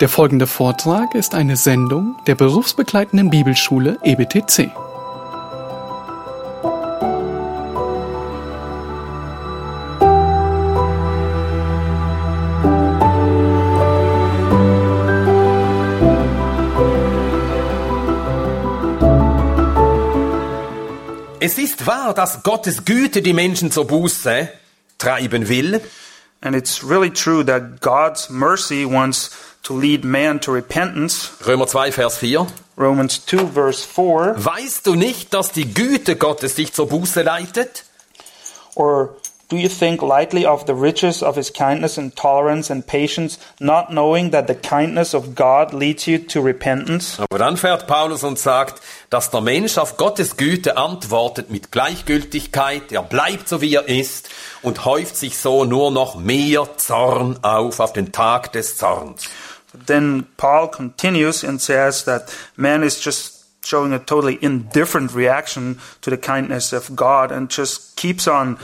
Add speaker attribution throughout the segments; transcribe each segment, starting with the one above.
Speaker 1: Der folgende Vortrag ist eine Sendung der berufsbegleitenden Bibelschule E EBTC.
Speaker 2: Es ist wahr, dass Gottes Güte die Menschen zur Buße treiben will,
Speaker 3: And it's really true that God's mercy wants to lead man to repentance.
Speaker 2: Römer 2, Vers 4.
Speaker 3: Romans 2, verse 4.
Speaker 2: Weißt du nicht, dass die Güte Gottes dich zur Buße leitet?
Speaker 3: Or do you think lightly of the riches of his kindness and tolerance and patience, not knowing that the kindness of God leads you to repentance?
Speaker 2: Aber dann fährt Paulus und sagt, dass der Mensch auf Gottes Güte antwortet mit Gleichgültigkeit, er bleibt so wie er ist und häuft sich so nur noch mehr Zorn auf, auf den Tag des Zorns.
Speaker 3: Then Paul continues and says that man is just showing a totally indifferent reaction to the kindness of God and just keeps on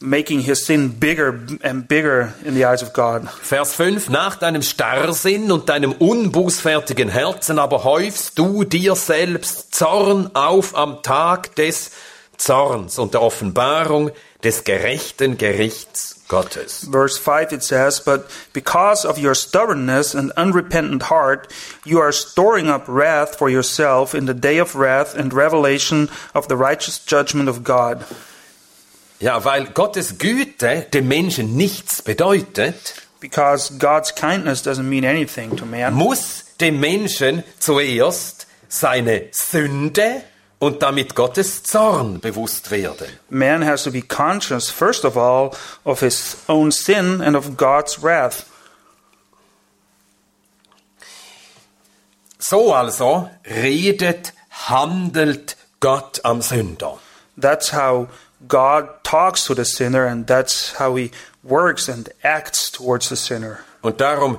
Speaker 3: making his sin bigger and bigger in the eyes of God.
Speaker 2: Vers 5, nach deinem Starrsinn und deinem unbußfertigen Herzen aber häufst du dir selbst Zorn auf am Tag des Zorns und der Offenbarung des gerechten Gerichts Gottes.
Speaker 3: Verse 5 it says, But because of your stubbornness and unrepentant heart, you are storing up wrath for yourself in the day of wrath and revelation of the righteous judgment of God.
Speaker 2: Ja, weil Gottes Güte dem Menschen nichts bedeutet,
Speaker 3: Because God's kindness doesn't mean anything to man.
Speaker 2: muss dem Menschen zuerst seine Sünde und damit Gottes Zorn bewusst werden.
Speaker 3: Man has to be conscious, first of all, of his own sin and of God's wrath.
Speaker 2: So also redet, handelt Gott am Sünder.
Speaker 3: That's how God talks to the sinner, and that's how he works and acts towards the sinner.
Speaker 2: Und darum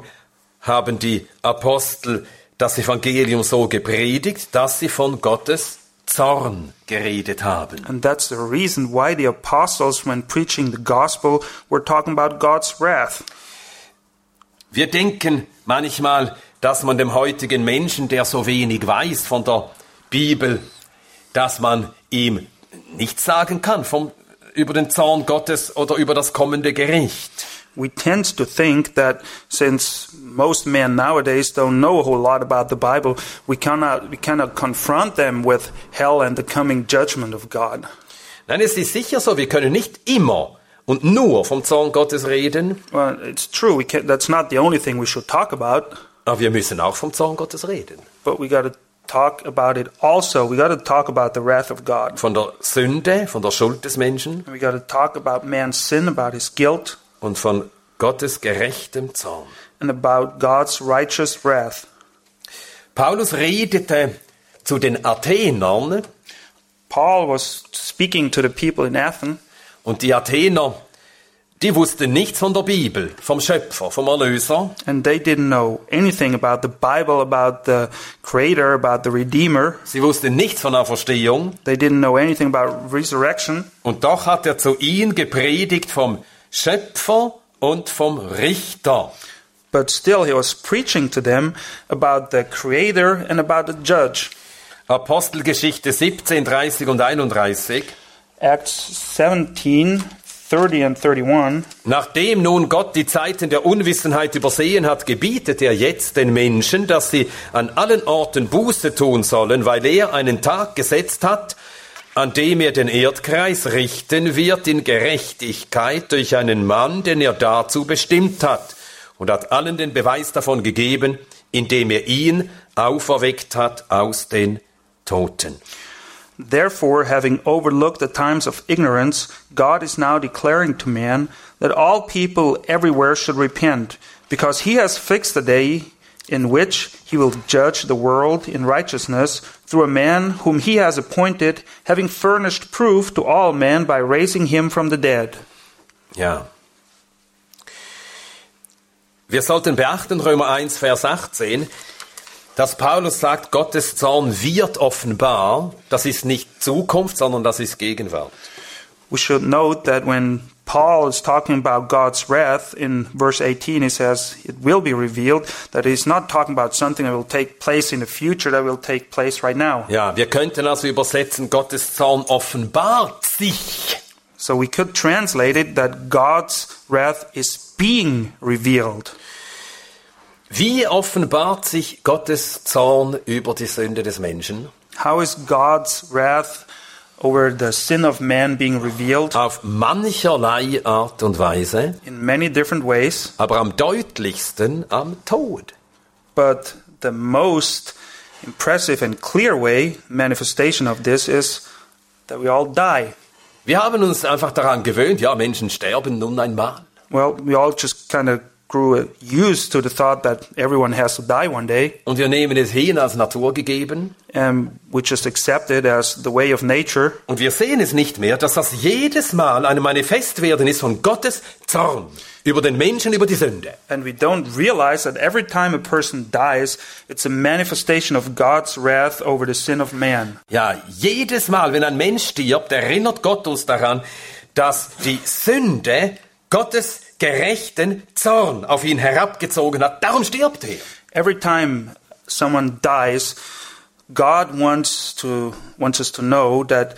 Speaker 2: haben die Apostel das Evangelium so gepredigt, dass sie von Gottes Zorn geredet haben.
Speaker 3: And that's the reason why the apostles, when preaching the gospel, were talking about God's wrath.
Speaker 2: Wir denken manchmal, dass man dem heutigen Menschen, der so wenig weiß von der Bibel, dass man ihm nichts sagen kann vom, über den Zorn Gottes oder über das kommende Gericht.
Speaker 3: We tend to think that since most men nowadays don't know a whole lot about the Bible, we cannot, we cannot confront them with hell and the coming judgment of God.
Speaker 2: Nein, es ist sicher so, wir können nicht immer und nur vom Zorn Gottes reden,
Speaker 3: Well, it's true, we can, that's not the only thing we should talk about,
Speaker 2: aber wir müssen auch vom Zorn Gottes reden.
Speaker 3: but we got to talk about it also. We got to talk about the wrath of God.
Speaker 2: Von der Sünde, von der Schuld des Menschen
Speaker 3: We got to talk about man's sin, about his guilt,
Speaker 2: und von Gottes gerechtem Zorn.
Speaker 3: and about God's righteous wrath.
Speaker 2: Paulus redete zu den Athenern
Speaker 3: Paul was speaking to the people in Athens,
Speaker 2: Und die Athener, die wussten nichts von der Bibel, vom Schöpfer, vom Erlöser.
Speaker 3: and they didn't know anything about the Bible, about the Creator, about the Redeemer.
Speaker 2: Sie wussten nichts von der Verstehung.
Speaker 3: They didn't know anything about resurrection.
Speaker 2: Und doch hat er zu ihnen gepredigt vom Schöpfer und vom Richter.
Speaker 3: But still, he was preaching to them about the Creator and about the Judge.
Speaker 2: Apostelgeschichte 17, 30 und 31.
Speaker 3: Acts 17 30 and 31.
Speaker 2: Nachdem nun Gott die Zeiten der Unwissenheit übersehen hat, gebietet er jetzt den Menschen, dass sie an allen Orten Buße tun sollen, weil er einen Tag gesetzt hat, an dem er den Erdkreis richten wird in Gerechtigkeit durch einen Mann, den er dazu bestimmt hat, und hat allen den Beweis davon gegeben, indem er ihn auferweckt hat aus den Toten.
Speaker 3: Therefore, having overlooked the times of ignorance, God is now declaring to man that all people everywhere should repent, because he has fixed the day in which he will judge the world in righteousness through a man whom he has appointed, having furnished proof to all men by raising him from the dead.
Speaker 2: Ja. Wir sollten beachten, Römer 1, Vers 18, dass Paulus sagt, Gottes Zorn wird offenbar. Das ist nicht Zukunft, sondern das ist Gegenwart.
Speaker 3: We should note that when Paul is talking about God's wrath in verse 18. He says, It will be revealed. That he's not talking about something that will take place in the future, that will take place right now.
Speaker 2: Ja, wir könnten also übersetzen, Gottes Zorn offenbart sich.
Speaker 3: So we could translate it that God's wrath is being revealed.
Speaker 2: Wie offenbart sich Gottes Zorn über die Sünde des Menschen?
Speaker 3: How is God's wrath over the sin of man being revealed?
Speaker 2: Auf mancherlei Art und Weise,
Speaker 3: In many different ways,
Speaker 2: aber am deutlichsten am Tod.
Speaker 3: but the most impressive and clear way, manifestation of this, is that we all die.
Speaker 2: Wir haben uns einfach daran gewöhnt, ja, Menschen sterben nun einmal.
Speaker 3: Well, we all just kind of grew used to the thought that everyone has to die one day,
Speaker 2: Und wir nehmen es hin als naturgegeben.
Speaker 3: and we just accept it as the way of nature.
Speaker 2: Und wir sehen es nicht mehr, dass das jedes Mal ein Manifestwerden ist von Gottes Zorn über den Menschen, über die Sünde.
Speaker 3: And we don't realize that every time a person dies, it's a manifestation of God's wrath over the sin of man.
Speaker 2: Ja, jedes Mal, wenn ein Mensch stirbt, erinnert Gott uns daran, dass die Sünde Gottes gerechten Zorn auf ihn herabgezogen hat. Darum stirbt er.
Speaker 3: Every time someone dies, God wants to wants us to know that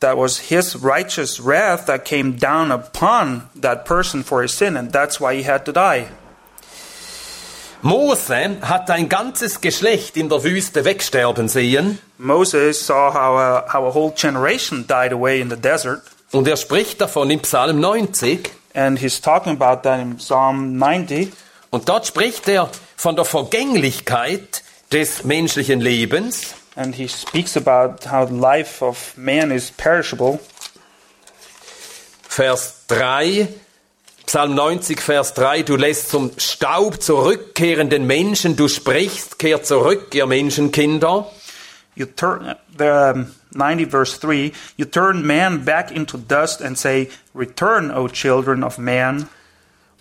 Speaker 3: that was his righteous wrath that came down upon that person for his sin and that's why he had to die.
Speaker 2: Mose hat ein ganzes Geschlecht in der Wüste wegsterben sehen
Speaker 3: Moses saw how a, how a whole generation died away in the desert
Speaker 2: und er spricht davon im Psalm 90
Speaker 3: and he's talking about that in Psalm 90
Speaker 2: und dort spricht er von der Vergänglichkeit des menschlichen Lebens
Speaker 3: and he speaks about how the life of man is perishable.
Speaker 2: Vers 3, Psalm 90, Vers 3, du lässt zum Staub zurückkehrenden Menschen, du sprichst, kehrt zurück, ihr Menschenkinder.
Speaker 3: You turn the um, 90 verse 3, you turn man back into dust and say, "Return, O children of man."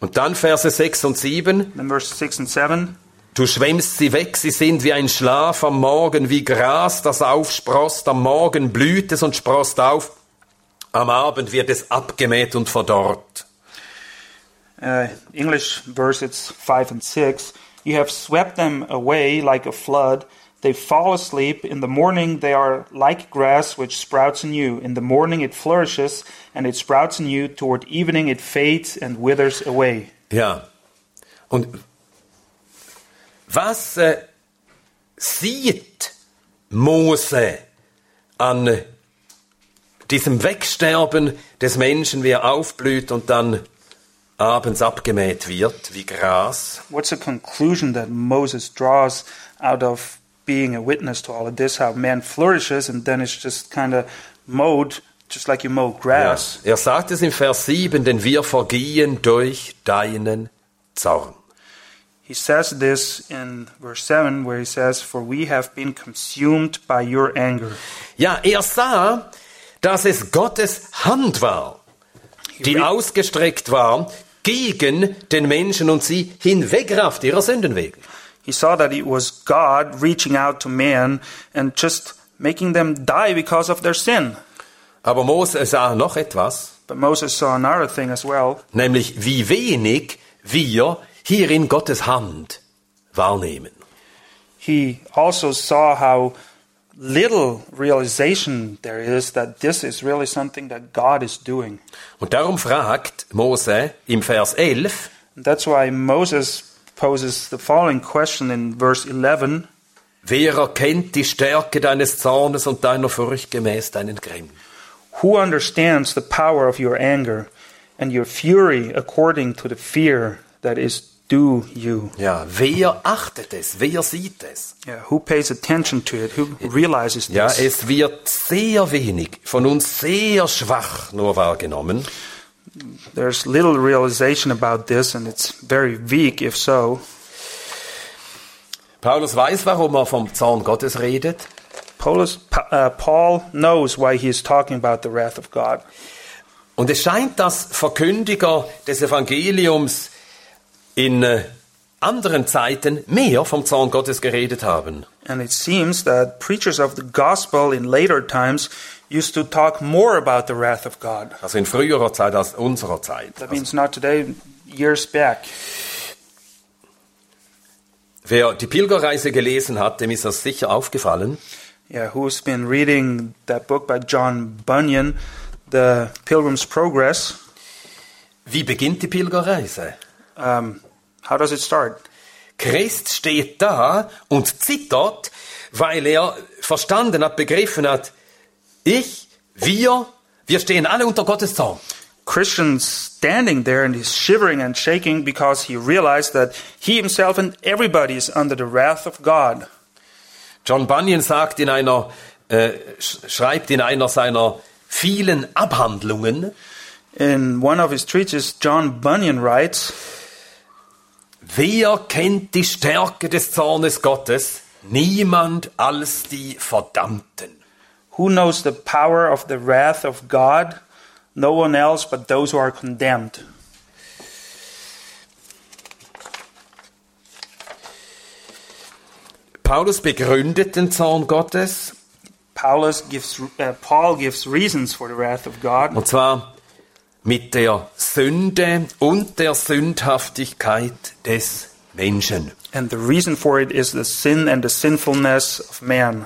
Speaker 2: Und dann Verse 6 und 7,
Speaker 3: Then verse 6 and 7,
Speaker 2: du schwemmst sie weg, sie sind wie ein Schlaf am Morgen, wie Gras, das aufsproßt, am Morgen blüht es und sproßt auf, am Abend wird es abgemäht und verdorrt.
Speaker 3: uh, English verse it's 5 and 6, you have swept them away like a flood. They fall asleep. In the morning they are like grass which sprouts anew. In the morning it flourishes and it sprouts anew. Toward evening it fades and withers away.
Speaker 2: Ja. Und was äh, sieht Mose an diesem Wegsterben des Menschen, wie er aufblüht und dann abends abgemäht wird, wie Gras?
Speaker 3: What's the conclusion that Moses draws out of being a witness to all of this? How man flourishes and then it's just kind of mowed, just like you mow grass.
Speaker 2: Er sagt es im Vers 7, denn wir vergehen durch deinen Zorn.
Speaker 3: He says this in verse 7, where he says, For we have been consumed by your anger.
Speaker 2: Ja, er sah, dass es Gottes Hand war, die ausgestreckt war gegen den Menschen und sie hinwegrafft ihrer Sünden wegen.
Speaker 3: He saw that it was God reaching out to man and just making them die because of their sin.
Speaker 2: Aber Mose sah noch etwas,
Speaker 3: But Moses saw another thing as well
Speaker 2: nämlich wie wenig wir hier in Gottes Hand wahrnehmen.
Speaker 3: he also saw how little realization there is that this is really something that God is doing.
Speaker 2: Und darum fragt Mose im Vers 11,
Speaker 3: And that's why Moses poses the following question in verse 11
Speaker 2: wer erkennt die Stärke deines Zornes und deiner Furcht gemäß deinen Grimm?
Speaker 3: Who understands the power of your anger and your fury according to the fear that is due you?
Speaker 2: Ja, wer achtet es? Wer sieht es?
Speaker 3: Yeah, who pays attention to it? Who realizes
Speaker 2: Ja,
Speaker 3: this?
Speaker 2: es wird sehr wenig, von uns sehr schwach nur wahrgenommen.
Speaker 3: There's little realization about this, and it's very weak, if so.
Speaker 2: Paulus weiß, warum er vom Zorn Gottes redet.
Speaker 3: Paulus, Pa- uh, Paul knows why he is talking about the wrath of God.
Speaker 2: Und es scheint, dass Verkündiger des Evangeliums in äh, anderen Zeiten mehr vom Zorn Gottes geredet haben.
Speaker 3: And it seems that preachers of the gospel in later times used to talk more about the wrath of God.
Speaker 2: Also in früherer Zeit als unserer Zeit.
Speaker 3: That means not today, years back.
Speaker 2: Wer die Pilgerreise gelesen hat, dem ist das sicher aufgefallen.
Speaker 3: Yeah, who's been reading that book by John Bunyan, The Pilgrim's Progress?
Speaker 2: Wie beginnt die Pilgerreise?
Speaker 3: Um, how does it start?
Speaker 2: Christ steht da und zittert, weil er verstanden hat, begriffen hat, ich, wir, wir stehen alle unter Gottes Zorn.
Speaker 3: Christian's standing there and he's shivering and shaking because he realized that he himself and everybody is under the wrath of God.
Speaker 2: John Bunyan sagt in einer, äh, sch- schreibt in einer seiner vielen Abhandlungen,
Speaker 3: In one of his treatises, John Bunyan writes,
Speaker 2: wer kennt die Stärke des Zornes Gottes? Niemand als die Verdammten.
Speaker 3: Who knows the power of the wrath of God? No one else but those who are condemned.
Speaker 2: Paulus begründet den Zorn Gottes,
Speaker 3: Paulus gives, uh, Paul gives reasons for the wrath of God,
Speaker 2: und zwar mit der Sünde und der Sündhaftigkeit des Menschen.
Speaker 3: and the reason for it is the sin and the sinfulness of man.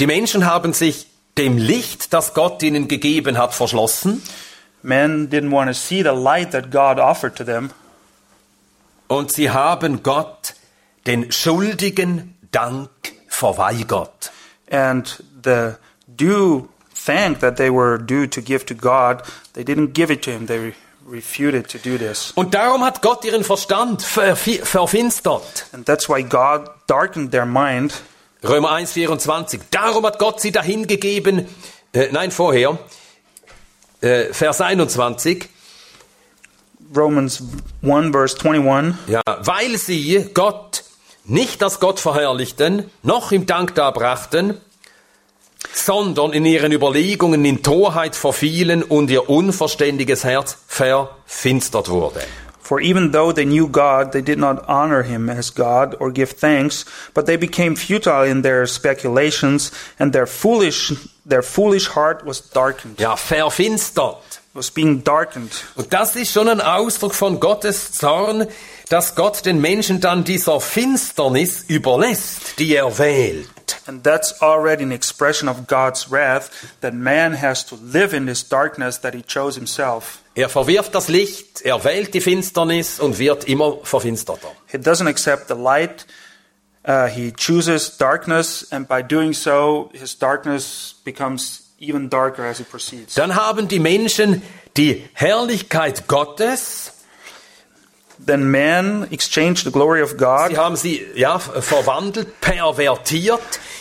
Speaker 2: Die Menschen haben sich dem Licht, das Gott ihnen gegeben hat, verschlossen
Speaker 3: Men didn't want to see the light that God offered to them,
Speaker 2: und sie haben Gott den schuldigen Dank verweigert.
Speaker 3: and the due thank that they were due to give to God, they didn't give it to him. They re- refuted to do this.
Speaker 2: Und darum hat Gott ihren Verstand verfi- verfinstert.
Speaker 3: And that's why God darkened their mind.
Speaker 2: Römer 1, 24. Darum hat Gott sie dahingegeben, äh, nein, vorher, äh, Vers 21.
Speaker 3: Romans 1, verse 21.
Speaker 2: Ja, weil sie Gott nicht als Gott verherrlichten, noch ihm Dank darbrachten, sondern in ihren Überlegungen in Torheit verfielen und ihr unverständiges Herz verfinstert wurde.
Speaker 3: For even though they knew God, they did not honor him as God or give thanks, but they became futile in their speculations, and their foolish their foolish heart was darkened.
Speaker 2: Ja, verfinstert.
Speaker 3: Was being darkened.
Speaker 2: Und das ist schon ein Ausdruck von Gottes Zorn, dass Gott den Menschen dann dieser Finsternis überlässt, die er wählt.
Speaker 3: And that's already an expression of God's wrath that man has to live in this darkness that he chose himself.
Speaker 2: Er verwirft das Licht, er wählt die Finsternis und wird immer verfinsterter.
Speaker 3: He doesn't accept the light. Uh, he chooses darkness, and by doing so, his darkness becomes even darker as he proceeds.
Speaker 2: Dann haben die Menschen die Herrlichkeit Gottes,
Speaker 3: Then man exchanged the glory of God.
Speaker 2: sie haben sie ja verwandelt, pervertiert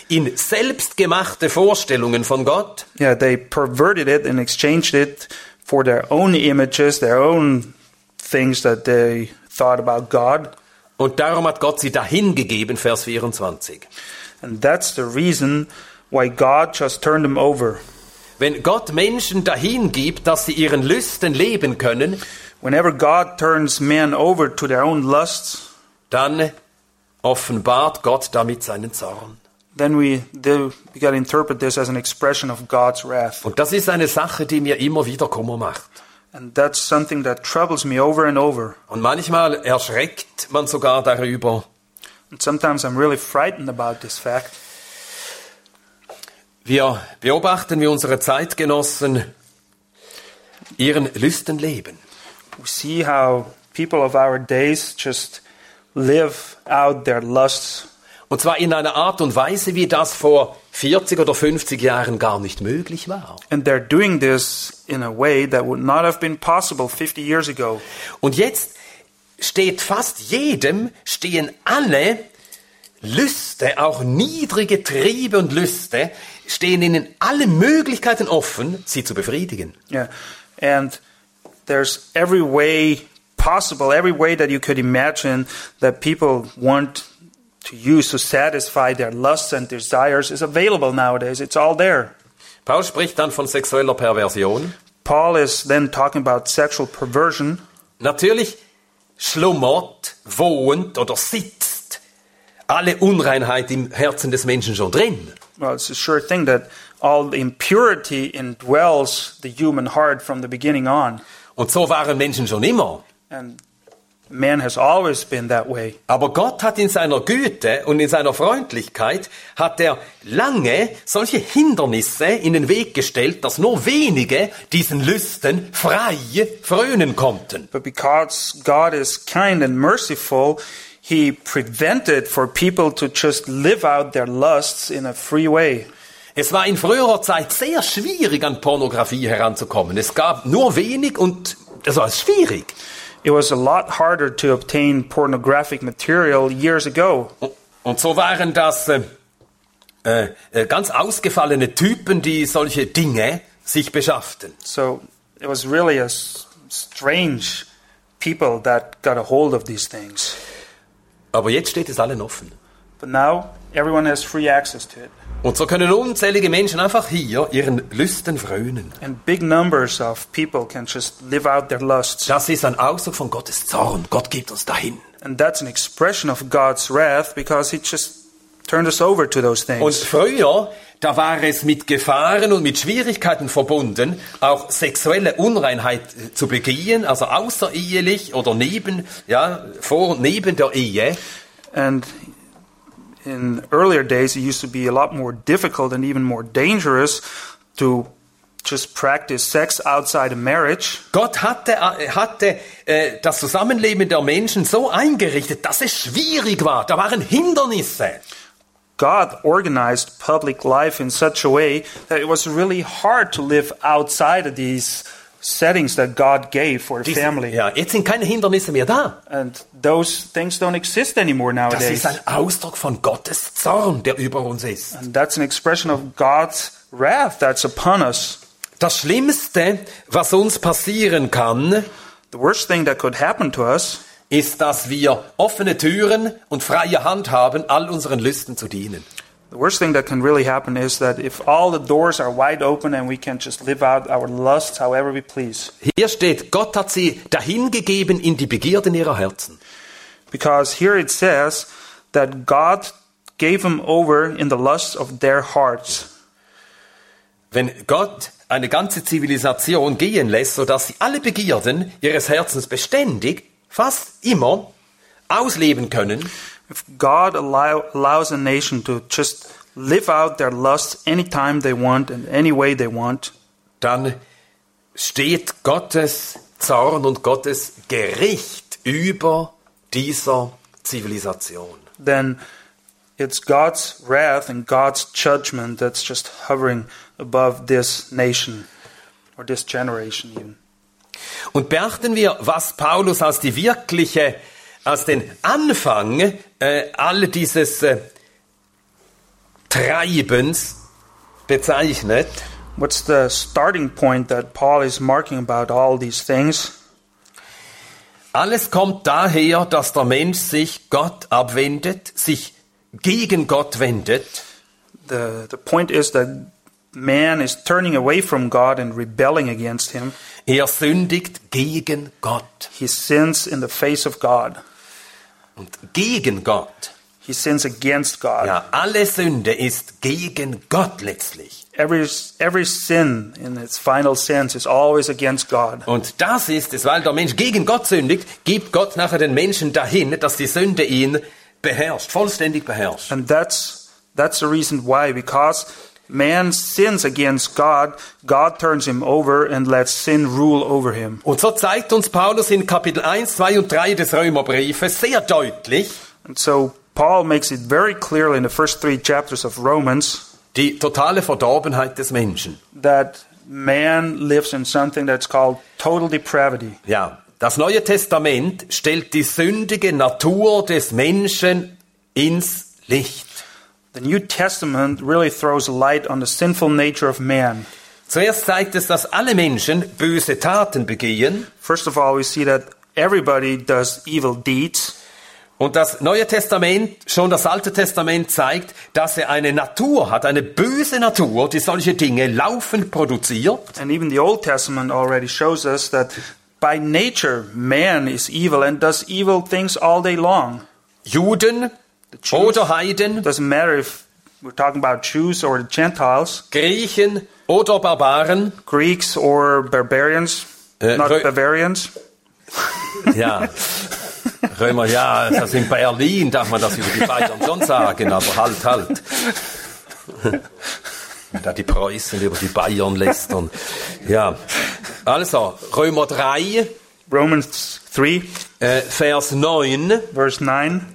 Speaker 2: in selbstgemachte Vorstellungen von Gott
Speaker 3: Yeah, they perverted it and exchanged it for their own images, their own things that they thought about God.
Speaker 2: und darum hat Gott sie dahingegeben, Vers 24.
Speaker 3: And that's the reason why God just turned them over.
Speaker 2: Wenn Gott Menschen dahingibt, dass sie ihren Lüsten leben können,
Speaker 3: Whenever God turns men over to their own lusts,
Speaker 2: dann offenbart Gott damit seinen Zorn.
Speaker 3: then we, do, we got to interpret this as an expression of God's wrath.
Speaker 2: Und das ist eine Sache, die mir immer wieder Kummer macht.
Speaker 3: And that's something that troubles me over and over.
Speaker 2: Und manchmal erschreckt man sogar darüber,
Speaker 3: And sometimes I'm really frightened about this fact.
Speaker 2: Wir beobachten, wie unsere Zeitgenossen ihren Lüsten leben.
Speaker 3: We see how people of our days just live out their lusts
Speaker 2: Und zwar in einer Art und Weise, wie das vor 40 oder 50 Jahren gar nicht möglich war.
Speaker 3: And they're doing this in a way that would not have been possible 50 years ago.
Speaker 2: Und jetzt steht fast jedem, stehen alle Lüste, auch niedrige Triebe und Lüste, stehen ihnen alle Möglichkeiten offen, sie zu befriedigen.
Speaker 3: Yeah. And there's every way possible, every way that you could imagine that people want to use to satisfy their lusts and desires is available nowadays. It's all there.
Speaker 2: Paul spricht dann von sexueller Perversion.
Speaker 3: Paul is then talking about sexual perversion.
Speaker 2: Natürlich schlummert wohnt oder sitzt alle Unreinheit im Herzen des Menschen schon drin.
Speaker 3: Well, it's a sure thing that all impurity indwells the human heart from the beginning on.
Speaker 2: Und so waren Menschen schon immer.
Speaker 3: And man has always been that way.
Speaker 2: Aber Gott hat in seiner Güte und in seiner Freundlichkeit hat er lange solche Hindernisse in den Weg gestellt, dass nur wenige diesen Lüsten frei frönen konnten.
Speaker 3: But because God is kind and merciful, He prevented for people to just live out their lusts in a free way.
Speaker 2: Es war in früherer Zeit sehr schwierig, an Pornografie heranzukommen. Es gab nur wenig und das war schwierig.
Speaker 3: It was a lot harder to obtain pornographic material years ago.
Speaker 2: Und so waren das äh, äh, äh, ganz ausgefallene Typen, die solche Dinge sich beschafften.
Speaker 3: So it was really a s- strange people that got a hold of these things.
Speaker 2: Aber jetzt steht es allen offen.
Speaker 3: But now everyone has free access to it.
Speaker 2: Und so können unzählige Menschen einfach hier ihren Lüsten frönen.
Speaker 3: And big numbers of people can just live out their lusts.
Speaker 2: Das ist ein Ausdruck von Gottes Zorn. Gott gibt uns dahin.
Speaker 3: And that's an expression of God's wrath because He just turned us over to those
Speaker 2: Und
Speaker 3: things.
Speaker 2: früher, da war es mit Gefahren und mit Schwierigkeiten verbunden, auch sexuelle Unreinheit äh, zu begehen, also außerehelich oder neben, ja, vor und neben der Ehe.
Speaker 3: And in earlier days, it used to be a lot more difficult and even more dangerous to just practice sex outside of marriage.
Speaker 2: Gott hatte, äh, hatte äh, das Zusammenleben der Menschen so eingerichtet, dass es schwierig war. Da waren Hindernisse.
Speaker 3: God organized public life in such a way that it was really hard to live outside of these settings that God gave for the
Speaker 2: Dies-
Speaker 3: family.
Speaker 2: Ja, jetzt sind keine Hindernisse mehr da.
Speaker 3: And those things don't exist anymore
Speaker 2: Das
Speaker 3: nowadays.
Speaker 2: ist ein Ausdruck von Gottes Zorn, der über uns ist.
Speaker 3: And that's an expression of God's wrath that's upon us.
Speaker 2: Das Schlimmste, was uns passieren kann,
Speaker 3: The worst thing that could happen to us
Speaker 2: ist, dass wir offene Türen und freie Hand haben, all unseren Lüsten zu dienen.
Speaker 3: The worst thing that can really happen is that if all the doors are wide open and we can just live out our lusts however we please.
Speaker 2: Hier steht, Gott hat sie dahingegeben in die Begierden ihrer Herzen.
Speaker 3: Because here it says that God gave them over in the lusts of their hearts.
Speaker 2: Wenn Gott eine ganze Zivilisation gehen lässt, sodass sie alle Begierden ihres Herzens beständig, fast immer, ausleben können,
Speaker 3: If God allow, allows a nation to just live out their lusts anytime they want and any way they want,
Speaker 2: dann steht Gottes Zorn und Gottes Gericht über dieser Zivilisation.
Speaker 3: then it's God's wrath and God's judgment that's just hovering above this nation or this generation even.
Speaker 2: Und beachten wir, was Paulus als die wirkliche, als den Anfang äh, all dieses äh, Treibens bezeichnet.
Speaker 3: What's the starting point that Paul is marking about all these things?
Speaker 2: Alles kommt daher, dass der Mensch sich Gott abwendet, sich gegen Gott wendet
Speaker 3: The, the point is that man is turning away from God and rebelling against him.
Speaker 2: Er sündigt gegen Gott.
Speaker 3: He sins in the face of God,
Speaker 2: Und gegen Gott.
Speaker 3: he sins against God.
Speaker 2: Ja, alle Sünde ist gegen Gott letztlich.
Speaker 3: Every, every sin, in its final sense, is always against God.
Speaker 2: Und das ist es, weil der Mensch gegen Gott sündigt, gibt Gott nachher den Menschen dahin, dass die Sünde ihn beherrscht, vollständig beherrscht.
Speaker 3: And that's, that's the reason why, because man sins against God, God turns him over and lets sin rule over him.
Speaker 2: Und so zeigt uns Paulus in Kapitel 1, 2 und 3 des Römerbriefes sehr deutlich
Speaker 3: And so Paul makes it very clear in the first three chapters of Romans.
Speaker 2: die totale Verdorbenheit des Menschen.
Speaker 3: that man lives in something that's called total depravity.
Speaker 2: Ja, das Neue Testament stellt die sündige Natur des Menschen ins Licht.
Speaker 3: The New Testament really throws light on the sinful nature of man.
Speaker 2: Zuerst zeigt es, dass alle Menschen böse Taten begehen
Speaker 3: First of all, we see that everybody does evil deeds,
Speaker 2: Und das Neue Testament, schon das Alte Testament zeigt, dass er eine Natur hat, eine böse Natur, die solche Dinge laufend produziert.
Speaker 3: and even the Old Testament already shows us that By nature, man is evil and does evil things all day long.
Speaker 2: Juden
Speaker 3: Jews-
Speaker 2: oder Heiden,
Speaker 3: Doesn't matter if we're talking about Jews or Gentiles,
Speaker 2: Griechen oder Barbaren.
Speaker 3: Greeks or barbarians,
Speaker 2: Äh,
Speaker 3: not
Speaker 2: Rö-
Speaker 3: Bavarians.
Speaker 2: Ja. Römer, ja, das in Berlin darf man das über die Bayern schon sagen, aber halt, halt. Wenn Da die Preußen über die Bayern lästern. Ja. Also, Römer 3,
Speaker 3: Romans 3,
Speaker 2: äh, Vers 9.
Speaker 3: verse 9.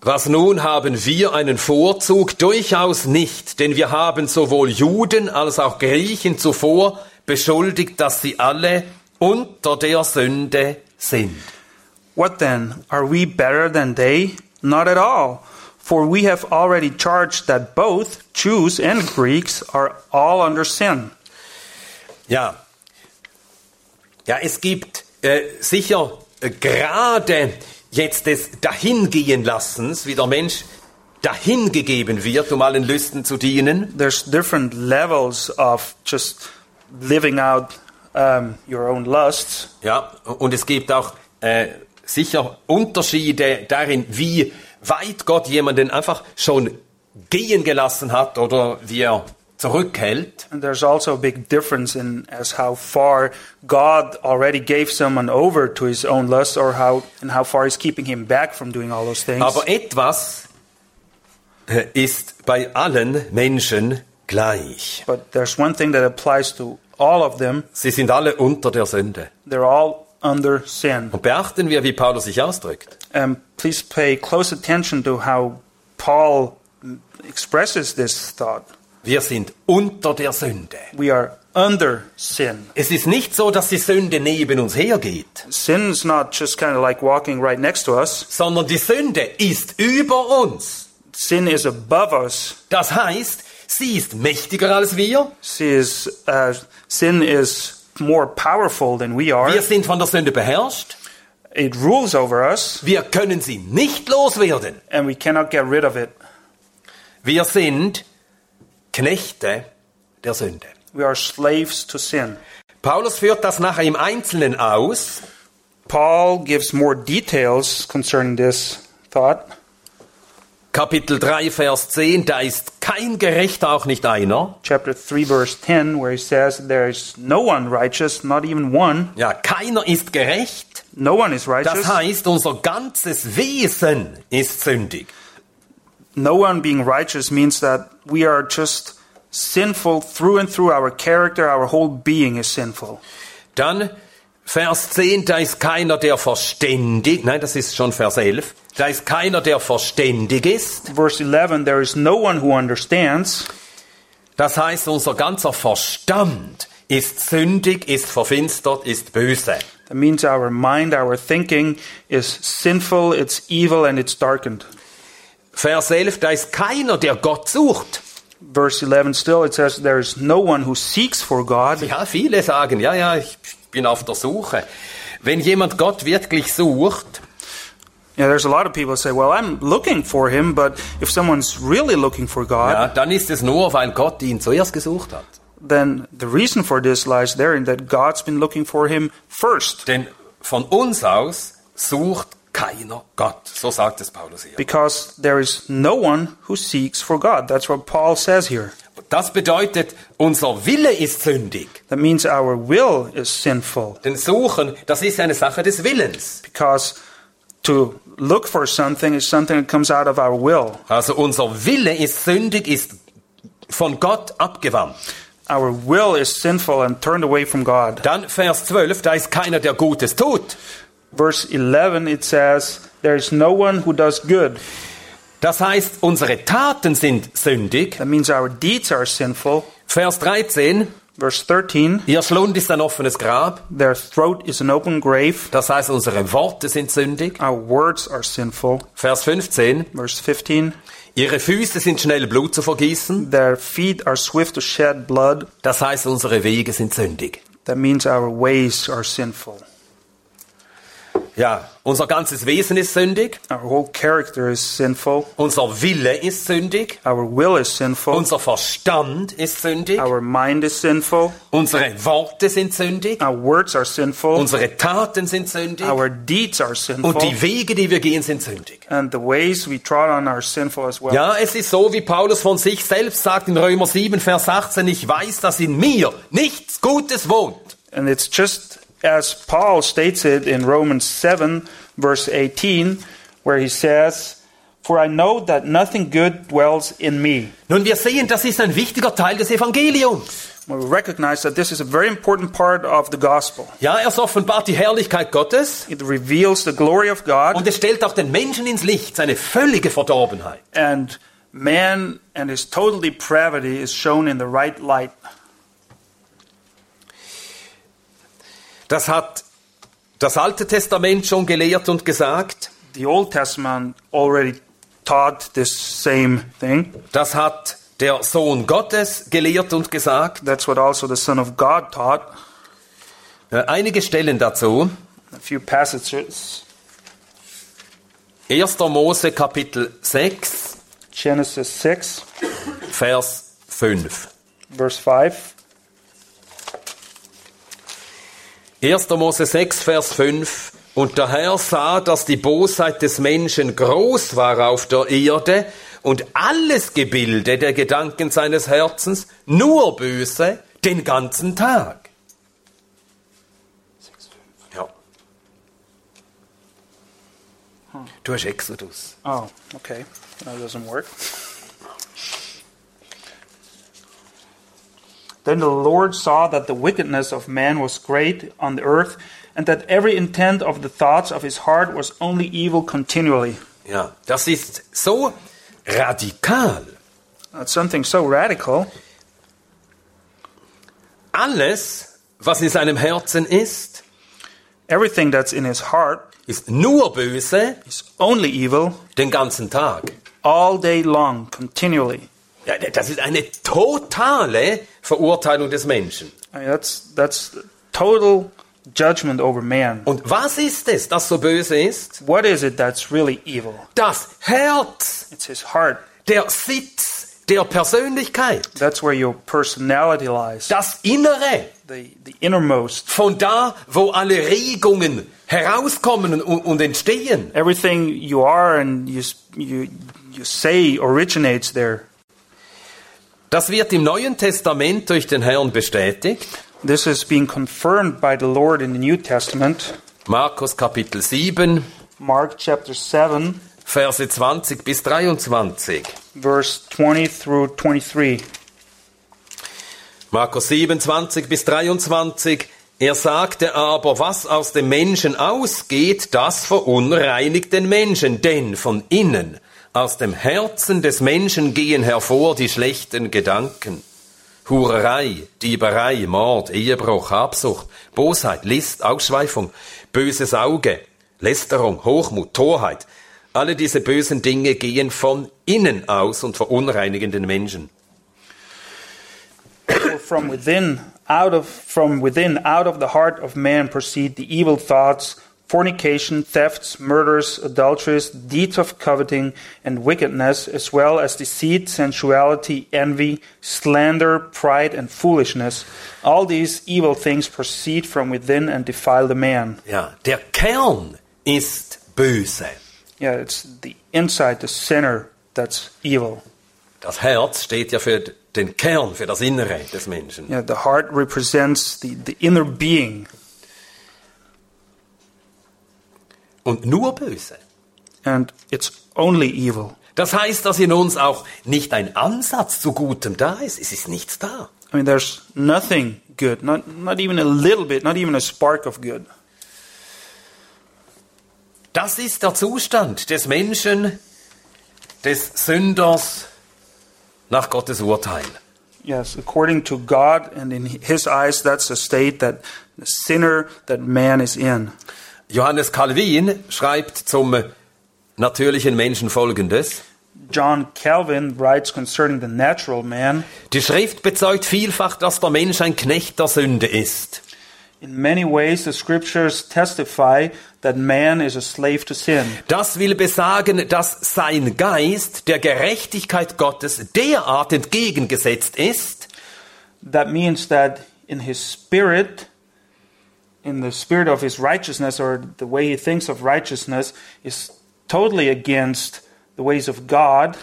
Speaker 2: Was nun haben wir einen Vorzug? Durchaus nicht, denn wir haben sowohl Juden als auch Griechen zuvor beschuldigt, dass sie alle unter der Sünde sind.
Speaker 3: What then? Are we better than they? Not at all. For we have already charged that both Jews and Greeks are all under sin.
Speaker 2: Ja. Ja, es gibt äh, sicher äh, gerade jetzt des Dahingehenlassens, wie der Mensch dahingegeben wird, um allen Lüsten zu dienen.
Speaker 3: There's different levels of just living out um, your own lusts.
Speaker 2: Ja, und es gibt auch äh, sicher Unterschiede darin, wie weit Gott jemanden einfach schon gehen gelassen hat oder wie er zurückhält.
Speaker 3: And there's also a big difference in as how far God already gave someone over to his own lust or how and how far he's keeping him back from doing all those things.
Speaker 2: Aber etwas äh, ist bei allen Menschen gleich.
Speaker 3: But there's one thing that applies to all of them.
Speaker 2: Sie sind alle unter der Sünde.
Speaker 3: They're all under sin.
Speaker 2: Und beachten wir, wie Paulus sich ausdrückt.
Speaker 3: um, please pay close attention to how Paul expresses this thought.
Speaker 2: Wir sind unter der Sünde.
Speaker 3: We are under sin.
Speaker 2: Es ist nicht so, dass die Sünde neben uns hergeht,
Speaker 3: Sin is not just kind of like walking right next to us.
Speaker 2: sondern die Sünde ist über uns.
Speaker 3: Sin is above us.
Speaker 2: Das heißt, sie ist mächtiger als wir.
Speaker 3: She is, uh, sin is more powerful than we are.
Speaker 2: Wir sind von der Sünde beherrscht.
Speaker 3: It rules over us,
Speaker 2: Wir können sie nicht loswerden.
Speaker 3: and we cannot get rid of it.
Speaker 2: Wir sind Knechte der Sünde.
Speaker 3: We are slaves to sin.
Speaker 2: Paulus führt das nachher im Einzelnen aus.
Speaker 3: Paul gives more details concerning this thought.
Speaker 2: Kapitel 3, Vers 10, da ist kein Gerechter, auch nicht einer.
Speaker 3: chapter 3 verse 10 where he says there is no one righteous not even one
Speaker 2: Ja, keiner ist gerecht.
Speaker 3: no one is righteous
Speaker 2: Das heißt, unser ganzes Wesen ist sündig.
Speaker 3: no one being righteous means that we are just sinful through and through our character our whole being is sinful
Speaker 2: Dann Vers 10, da ist keiner, der verständig, nein, das ist schon Vers 11, da ist keiner, der verständig ist.
Speaker 3: verse 11 there is no one who understands
Speaker 2: Das heißt, unser ganzer Verstand ist sündig, ist verfinstert, ist böse.
Speaker 3: that means our mind our thinking is sinful it's evil and it's darkened
Speaker 2: Vers 11, da ist keiner, der Gott sucht.
Speaker 3: verse 11 still it says there is no one who seeks for god
Speaker 2: Ja, viele sagen, ja, ja, ich bin auf der Suche. Wenn jemand Gott wirklich sucht,
Speaker 3: Yeah, there's a lot of people who say, "Well, I'm looking for him," but if someone's really looking for God,
Speaker 2: ja, dann ist es nur, weil Gott ihn zuerst gesucht hat.
Speaker 3: then the reason for this lies therein that God's been looking for him first,
Speaker 2: Denn von uns aus sucht keiner Gott. So sagt es Paulus hier.
Speaker 3: because there is no one who seeks for God. That's what Paul says here.
Speaker 2: Das bedeutet, unser Wille ist sündig.
Speaker 3: That means our will is sinful,
Speaker 2: Denn Suchen, das ist eine Sache des Willens.
Speaker 3: because to look for something is something that comes out of our will.
Speaker 2: Also unser Wille ist sündig, ist von Gott abgewandt.
Speaker 3: Our will is sinful and turned away from God.
Speaker 2: Dann Vers 12, da ist keiner, der Gutes tut.
Speaker 3: Verse 11 it says, "There is no one who does good."
Speaker 2: Das heißt, unsere Taten sind sündig.
Speaker 3: That means our deeds are sinful.
Speaker 2: Vers 13,
Speaker 3: Verse 13,
Speaker 2: ihr Schlund ist ein offenes Grab.
Speaker 3: their throat is an open grave.
Speaker 2: Das heißt, unsere Worte sind sündig.
Speaker 3: Our words are sinful.
Speaker 2: Vers 15,
Speaker 3: Verse 15,
Speaker 2: Ihre Füße sind schnell Blut zu vergießen.
Speaker 3: their feet are swift to shed blood.
Speaker 2: Das heißt, unsere Wege sind sündig.
Speaker 3: That means our ways are sinful.
Speaker 2: Ja, unser ganzes Wesen ist sündig,
Speaker 3: Our whole character is sinful.
Speaker 2: unser Wille ist sündig,
Speaker 3: Our will is sinful.
Speaker 2: unser Verstand ist sündig,
Speaker 3: Our mind is sinful.
Speaker 2: unsere Worte sind sündig,
Speaker 3: Our words are sinful.
Speaker 2: unsere Taten sind sündig
Speaker 3: Our deeds are
Speaker 2: und
Speaker 3: sinful.
Speaker 2: die Wege, die wir gehen, sind sündig.
Speaker 3: And the ways we trod on are sinful as well.
Speaker 2: Ja, es ist so, wie Paulus von sich selbst sagt in Römer 7, Vers 18, ich weiß, dass in mir nichts Gutes wohnt.
Speaker 3: And it's just as Paul states it in Romans 7, verse 18, where he says, For I know that nothing good dwells in me.
Speaker 2: Nun, wir sehen, das ist ein wichtiger Teil des Evangeliums.
Speaker 3: We recognize that this is a very important part of the gospel.
Speaker 2: Ja, es offenbart die Herrlichkeit Gottes
Speaker 3: It reveals the glory of God
Speaker 2: und es stellt auch den Menschen ins Licht, seine völlige Verdorbenheit.
Speaker 3: and man and his total depravity is shown in the right light.
Speaker 2: Das hat das Alte Testament schon gelehrt und gesagt.
Speaker 3: The Old Testament already taught this same thing.
Speaker 2: Das hat der Sohn Gottes gelehrt und gesagt.
Speaker 3: That's what also the Son of God taught.
Speaker 2: Äh, Einige Stellen dazu.
Speaker 3: A few passages.
Speaker 2: 1. Mose Kapitel 6,
Speaker 3: Genesis 6,
Speaker 2: Vers 5.
Speaker 3: verse 5.
Speaker 2: 1. Mose 6, Vers 5. Und der Herr sah, dass die Bosheit des Menschen groß war auf der Erde und alles Gebilde der Gedanken seines Herzens nur böse den ganzen Tag. Ja. Du hast Exodus.
Speaker 3: Oh, okay. That doesn't work. Then the Lord saw that the wickedness of man was great on the earth, and that every intent of the thoughts of his heart was only evil continually.
Speaker 2: Ja, das ist so radikal.
Speaker 3: That's something so radical.
Speaker 2: Alles, was in seinem Herzen ist,
Speaker 3: Everything that's in his heart
Speaker 2: ist nur böse
Speaker 3: is only evil
Speaker 2: den ganzen Tag.
Speaker 3: all day long, continually.
Speaker 2: Ja, das ist eine totale Verurteilung des Menschen.
Speaker 3: I mean, that's that's total judgment over man.
Speaker 2: Und was ist es, das so böse ist?
Speaker 3: What is it that's really evil?
Speaker 2: Das Herz,
Speaker 3: It's his heart.
Speaker 2: der Sitz der Persönlichkeit,
Speaker 3: That's where your personality lies.
Speaker 2: das Innere,
Speaker 3: the, the innermost.
Speaker 2: von da, wo alle Regungen herauskommen und, und entstehen.
Speaker 3: Everything you are and you, s- you, you say originates there.
Speaker 2: Das wird im Neuen Testament durch den Herrn bestätigt.
Speaker 3: This is being confirmed by the Lord in the New Testament.
Speaker 2: Markus Kapitel 7,
Speaker 3: Mark chapter 7,
Speaker 2: Verse 20 bis 23.
Speaker 3: verse 20 through 23.
Speaker 2: Markus 27 bis 23. Er sagte aber, was aus dem Menschen ausgeht, das verunreinigt den Menschen, denn von innen, aus dem Herzen des Menschen gehen hervor die schlechten Gedanken. Hurerei, Dieberei, Mord, Ehebruch, Habsucht, Bosheit, List, Ausschweifung, böses Auge, Lästerung, Hochmut, Torheit. Alle diese bösen Dinge gehen von innen aus und verunreinigen den Menschen.
Speaker 3: For from within, out of from within, out of the heart of man proceed the evil thoughts, fornication, thefts, murders, adulteries, deeds of coveting and wickedness, as well as deceit, sensuality, envy, slander, pride, and foolishness. All these evil things proceed from within and defile the man.
Speaker 2: Ja, der Kern ist böse.
Speaker 3: Yeah, it's the inside, the center that's evil.
Speaker 2: Das Herz steht ja für den Kern, für das Innere des Menschen.
Speaker 3: Yeah, the heart represents the, the inner being,
Speaker 2: Und nur böse.
Speaker 3: and it's only evil.
Speaker 2: Das heißt, dass in uns auch nicht ein Ansatz zu Gutem da ist. Es ist nichts da.
Speaker 3: I mean, there's nothing good, not, not even a little bit, not even a spark of good.
Speaker 2: Das ist der Zustand des Menschen, des Sünders nach Gottes Urteil.
Speaker 3: Yes, according to God and in His eyes, that's the state that the sinner, that man is in.
Speaker 2: Johannes Calvin schreibt zum natürlichen Menschen Folgendes.
Speaker 3: John Calvin writes concerning the natural man
Speaker 2: Die Schrift bezeugt vielfach, dass der Mensch ein Knecht der Sünde ist.
Speaker 3: In many ways, the scriptures testify that man is a slave to sin.
Speaker 2: Das will besagen, dass sein Geist der Gerechtigkeit Gottes derart entgegengesetzt ist,
Speaker 3: That means that in his spirit, in the spirit of his righteousness, or the way he thinks of righteousness, is totally against the ways of God,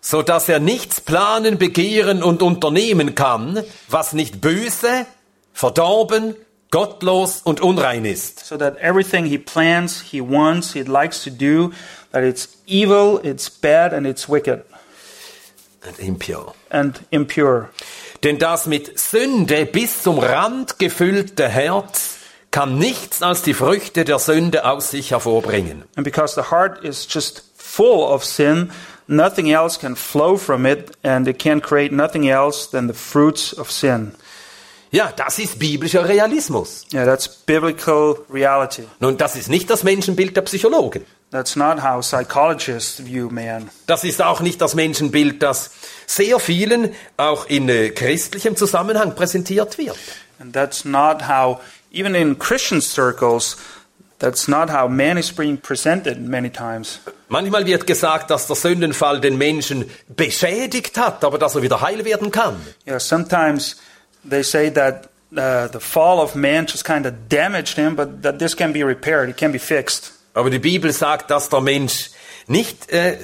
Speaker 2: so dass er nichts planen, begehren und unternehmen kann, was nicht böse, verdorben, gottlos und unrein ist.
Speaker 3: so that everything he plans, he wants, he likes to do, that it's evil, it's bad, and it's wicked
Speaker 2: And impure.
Speaker 3: and impure.
Speaker 2: Denn das mit Sünde bis zum Rand gefüllte Herz kann nichts als die Früchte der Sünde aus sich hervorbringen.
Speaker 3: And because the heart is just full of sin, nothing else can flow from it, and it can create nothing else than the fruits of sin.
Speaker 2: Ja, das ist biblischer Realismus.
Speaker 3: Yeah, that's biblical reality.
Speaker 2: Nun, das ist nicht das Menschenbild der Psychologen.
Speaker 3: That's not how psychologists view man.
Speaker 2: Das ist auch nicht das Menschenbild, das sehr vielen auch in äh, christlichem Zusammenhang präsentiert wird.
Speaker 3: And that's not how, even in Christian circles, that's not how man is being presented many times.
Speaker 2: Manchmal wird gesagt, dass der Sündenfall den Menschen beschädigt hat, aber dass er wieder heil werden kann.
Speaker 3: You know, sometimes they say that uh, the fall of man just kind of damaged him, but that this can be repaired, it can be fixed.
Speaker 2: Aber die Bibel sagt, dass der Mensch nicht äh,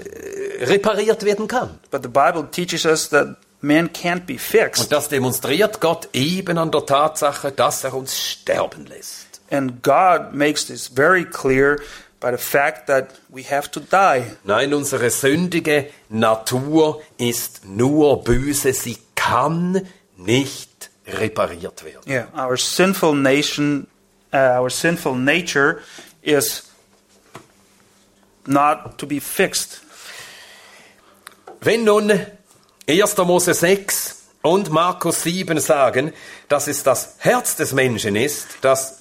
Speaker 2: repariert werden kann.
Speaker 3: But the Bible teaches us that man can't be
Speaker 2: Und
Speaker 3: fixed.
Speaker 2: das demonstriert Gott eben an der Tatsache, dass er uns sterben lässt.
Speaker 3: And God makes this very clear by the fact that we have to die.
Speaker 2: Nein, unsere sündige Natur ist nur böse. Sie kann nicht repariert werden.
Speaker 3: Yeah. Our sinful nation, uh, our sinful nature is not to be fixed.
Speaker 2: Wenn nun 1. Mose 6 und Markus 7 sagen, dass es das Herz des Menschen ist, das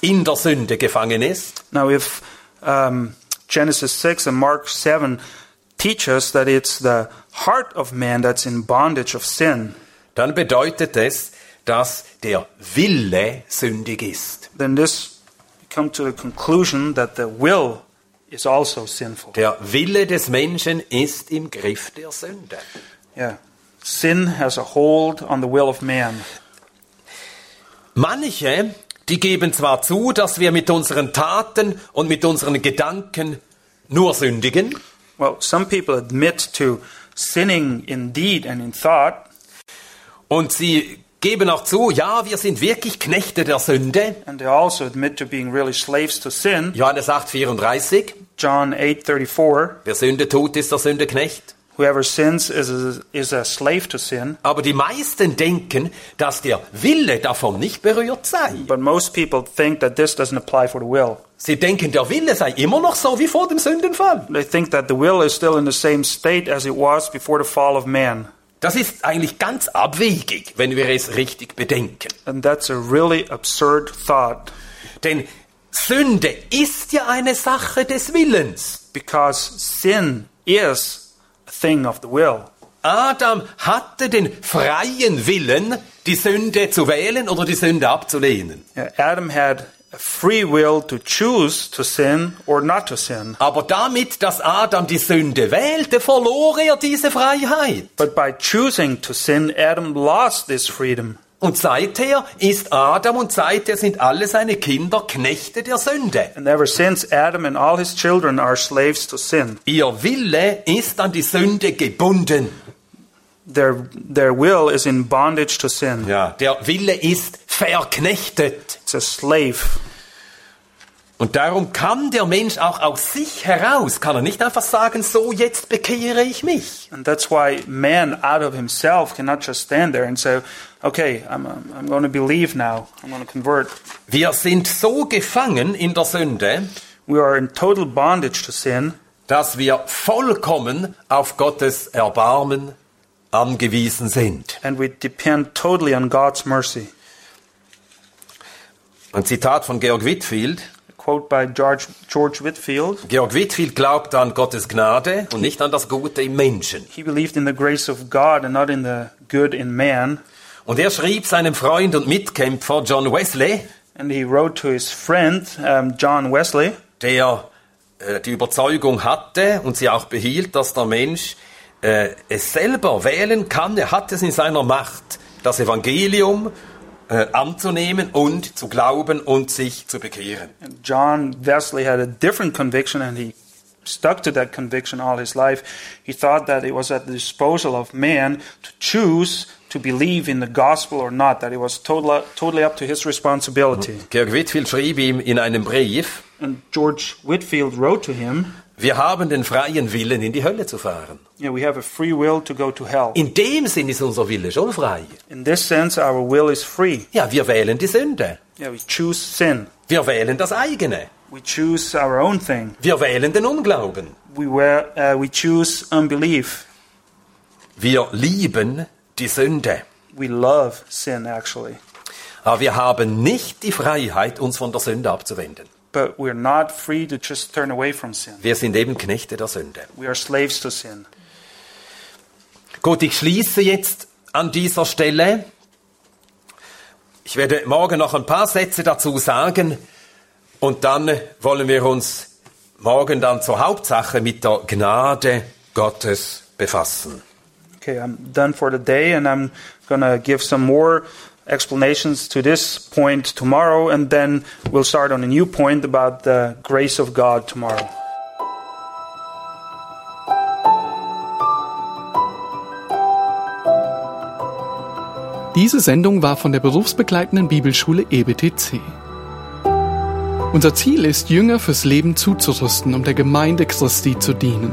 Speaker 2: in der Sünde gefangen ist,
Speaker 3: Now, if um, Genesis 6 and Mark 7 teach us that it's the heart of man that's in bondage of sin,
Speaker 2: dann bedeutet es, dass der Wille sündig ist.
Speaker 3: then this we come to the conclusion that the will is also sinful.
Speaker 2: Der Wille des Menschen ist im Griff der Sünde.
Speaker 3: Yeah. Sin has a hold on the will of man.
Speaker 2: Manche, die geben zwar zu, dass wir mit unseren Taten und mit unseren Gedanken nur sündigen,
Speaker 3: Well, some people admit to sinning in deed and in thought,
Speaker 2: und sie geben auch zu, ja, wir sind wirklich Knechte der Sünde,
Speaker 3: and they also admit to being really slaves to sin.
Speaker 2: Johannes 8, 34.
Speaker 3: John 8:34,
Speaker 2: Wer Sünde tut, ist der Sünde Knecht.
Speaker 3: whoever sins is a, is a slave to sin.
Speaker 2: Aber die meisten denken, dass der Wille davon nicht berührt sei.
Speaker 3: But most people think that this doesn't apply for the will.
Speaker 2: Sie denken, der Wille sei immer noch so wie vor dem Sündenfall.
Speaker 3: They think that the will is still in the same state as it was before the fall of man.
Speaker 2: Das ist eigentlich ganz abwegig, wenn wir es richtig bedenken.
Speaker 3: And that's a really absurd thought
Speaker 2: Denn Sünde ist ja eine Sache des Willens.
Speaker 3: because sin is a thing of the will.
Speaker 2: Adam hatte den freien Willen, die Sünde zu wählen oder die Sünde abzulehnen.
Speaker 3: Yeah, Adam had a free will to choose to sin or not to sin.
Speaker 2: Aber damit, dass Adam die Sünde wählte, verlor er diese Freiheit.
Speaker 3: But by choosing to sin, Adam lost this freedom.
Speaker 2: Und seither ist Adam und seither sind alle seine Kinder Knechte der Sünde.
Speaker 3: And ever since, Adam and all his children are slaves to sin.
Speaker 2: Ihr Wille ist an die Sünde gebunden.
Speaker 3: Their, their will is in bondage to sin.
Speaker 2: Ja. Der Wille ist verknechtet.
Speaker 3: It's a slave.
Speaker 2: Und darum kann der Mensch auch aus sich heraus, kann er nicht einfach sagen, so jetzt bekehre ich mich.
Speaker 3: And that's why man out of himself cannot just stand there and say, okay, I'm, I'm, I'm going to believe now. I'm going to convert.
Speaker 2: Wir sind so gefangen in der Sünde,
Speaker 3: We are in total bondage to sin
Speaker 2: dass wir vollkommen auf Gottes Erbarmen angewiesen sind.
Speaker 3: and we depend totally on God's mercy.
Speaker 2: Ein Zitat von Georg Whitfield.
Speaker 3: A quote by George, George Whitfield.
Speaker 2: Georg Whitfield glaubte an Gottes Gnade und nicht an das Gute im Menschen.
Speaker 3: He believed in the grace of God and not in the good in man.
Speaker 2: Und er schrieb seinem Freund und Mitkämpfer John Wesley,
Speaker 3: And he wrote to his friend, um, John Wesley,
Speaker 2: der äh, die Überzeugung hatte und sie auch behielt, dass der Mensch äh, es selber wählen kann. Er hat es in seiner Macht, das Evangelium äh, anzunehmen und zu glauben und sich zu bekehren.
Speaker 3: John Wesley had a different conviction and he stuck to that conviction all his life. He thought that it was at the disposal of man to choose to believe in the gospel or not, that it was totally, totally up to his responsibility.
Speaker 2: Georg Whitfield schrieb ihm in einem Brief,
Speaker 3: And George Whitfield wrote to him,
Speaker 2: wir haben den freien Willen, in die Hölle zu fahren.
Speaker 3: yeah, we have a free will to go to hell.
Speaker 2: In dem Sinn ist unser Wille schon frei.
Speaker 3: In this sense, our will is free.
Speaker 2: Ja, wir wählen die Sünde.
Speaker 3: Yeah, we choose sin.
Speaker 2: Wir wählen das eigene.
Speaker 3: We choose our own thing.
Speaker 2: Wir wählen den Unglauben.
Speaker 3: We, were, uh, we choose unbelief.
Speaker 2: Wir lieben die Sünde.
Speaker 3: We love sin, actually.
Speaker 2: Aber wir haben nicht die Freiheit, uns von der Sünde abzuwenden.
Speaker 3: But we're not free to just turn away from sin.
Speaker 2: Wir sind eben Knechte der Sünde.
Speaker 3: We are slaves to sin.
Speaker 2: Gut, ich schließe jetzt an dieser Stelle. Ich werde morgen noch ein paar Sätze dazu sagen und dann wollen wir uns morgen dann zur Hauptsache mit der Gnade Gottes befassen.
Speaker 3: Okay, I'm done for the day, and I'm going to give some more explanations to this point tomorrow, and then we'll start on a new point about the grace of God tomorrow.
Speaker 1: Diese Sendung war von der berufsbegleitenden Bibelschule E EBTC. Unser Ziel ist, Jünger fürs Leben zuzurüsten, um der Gemeinde Christi zu dienen.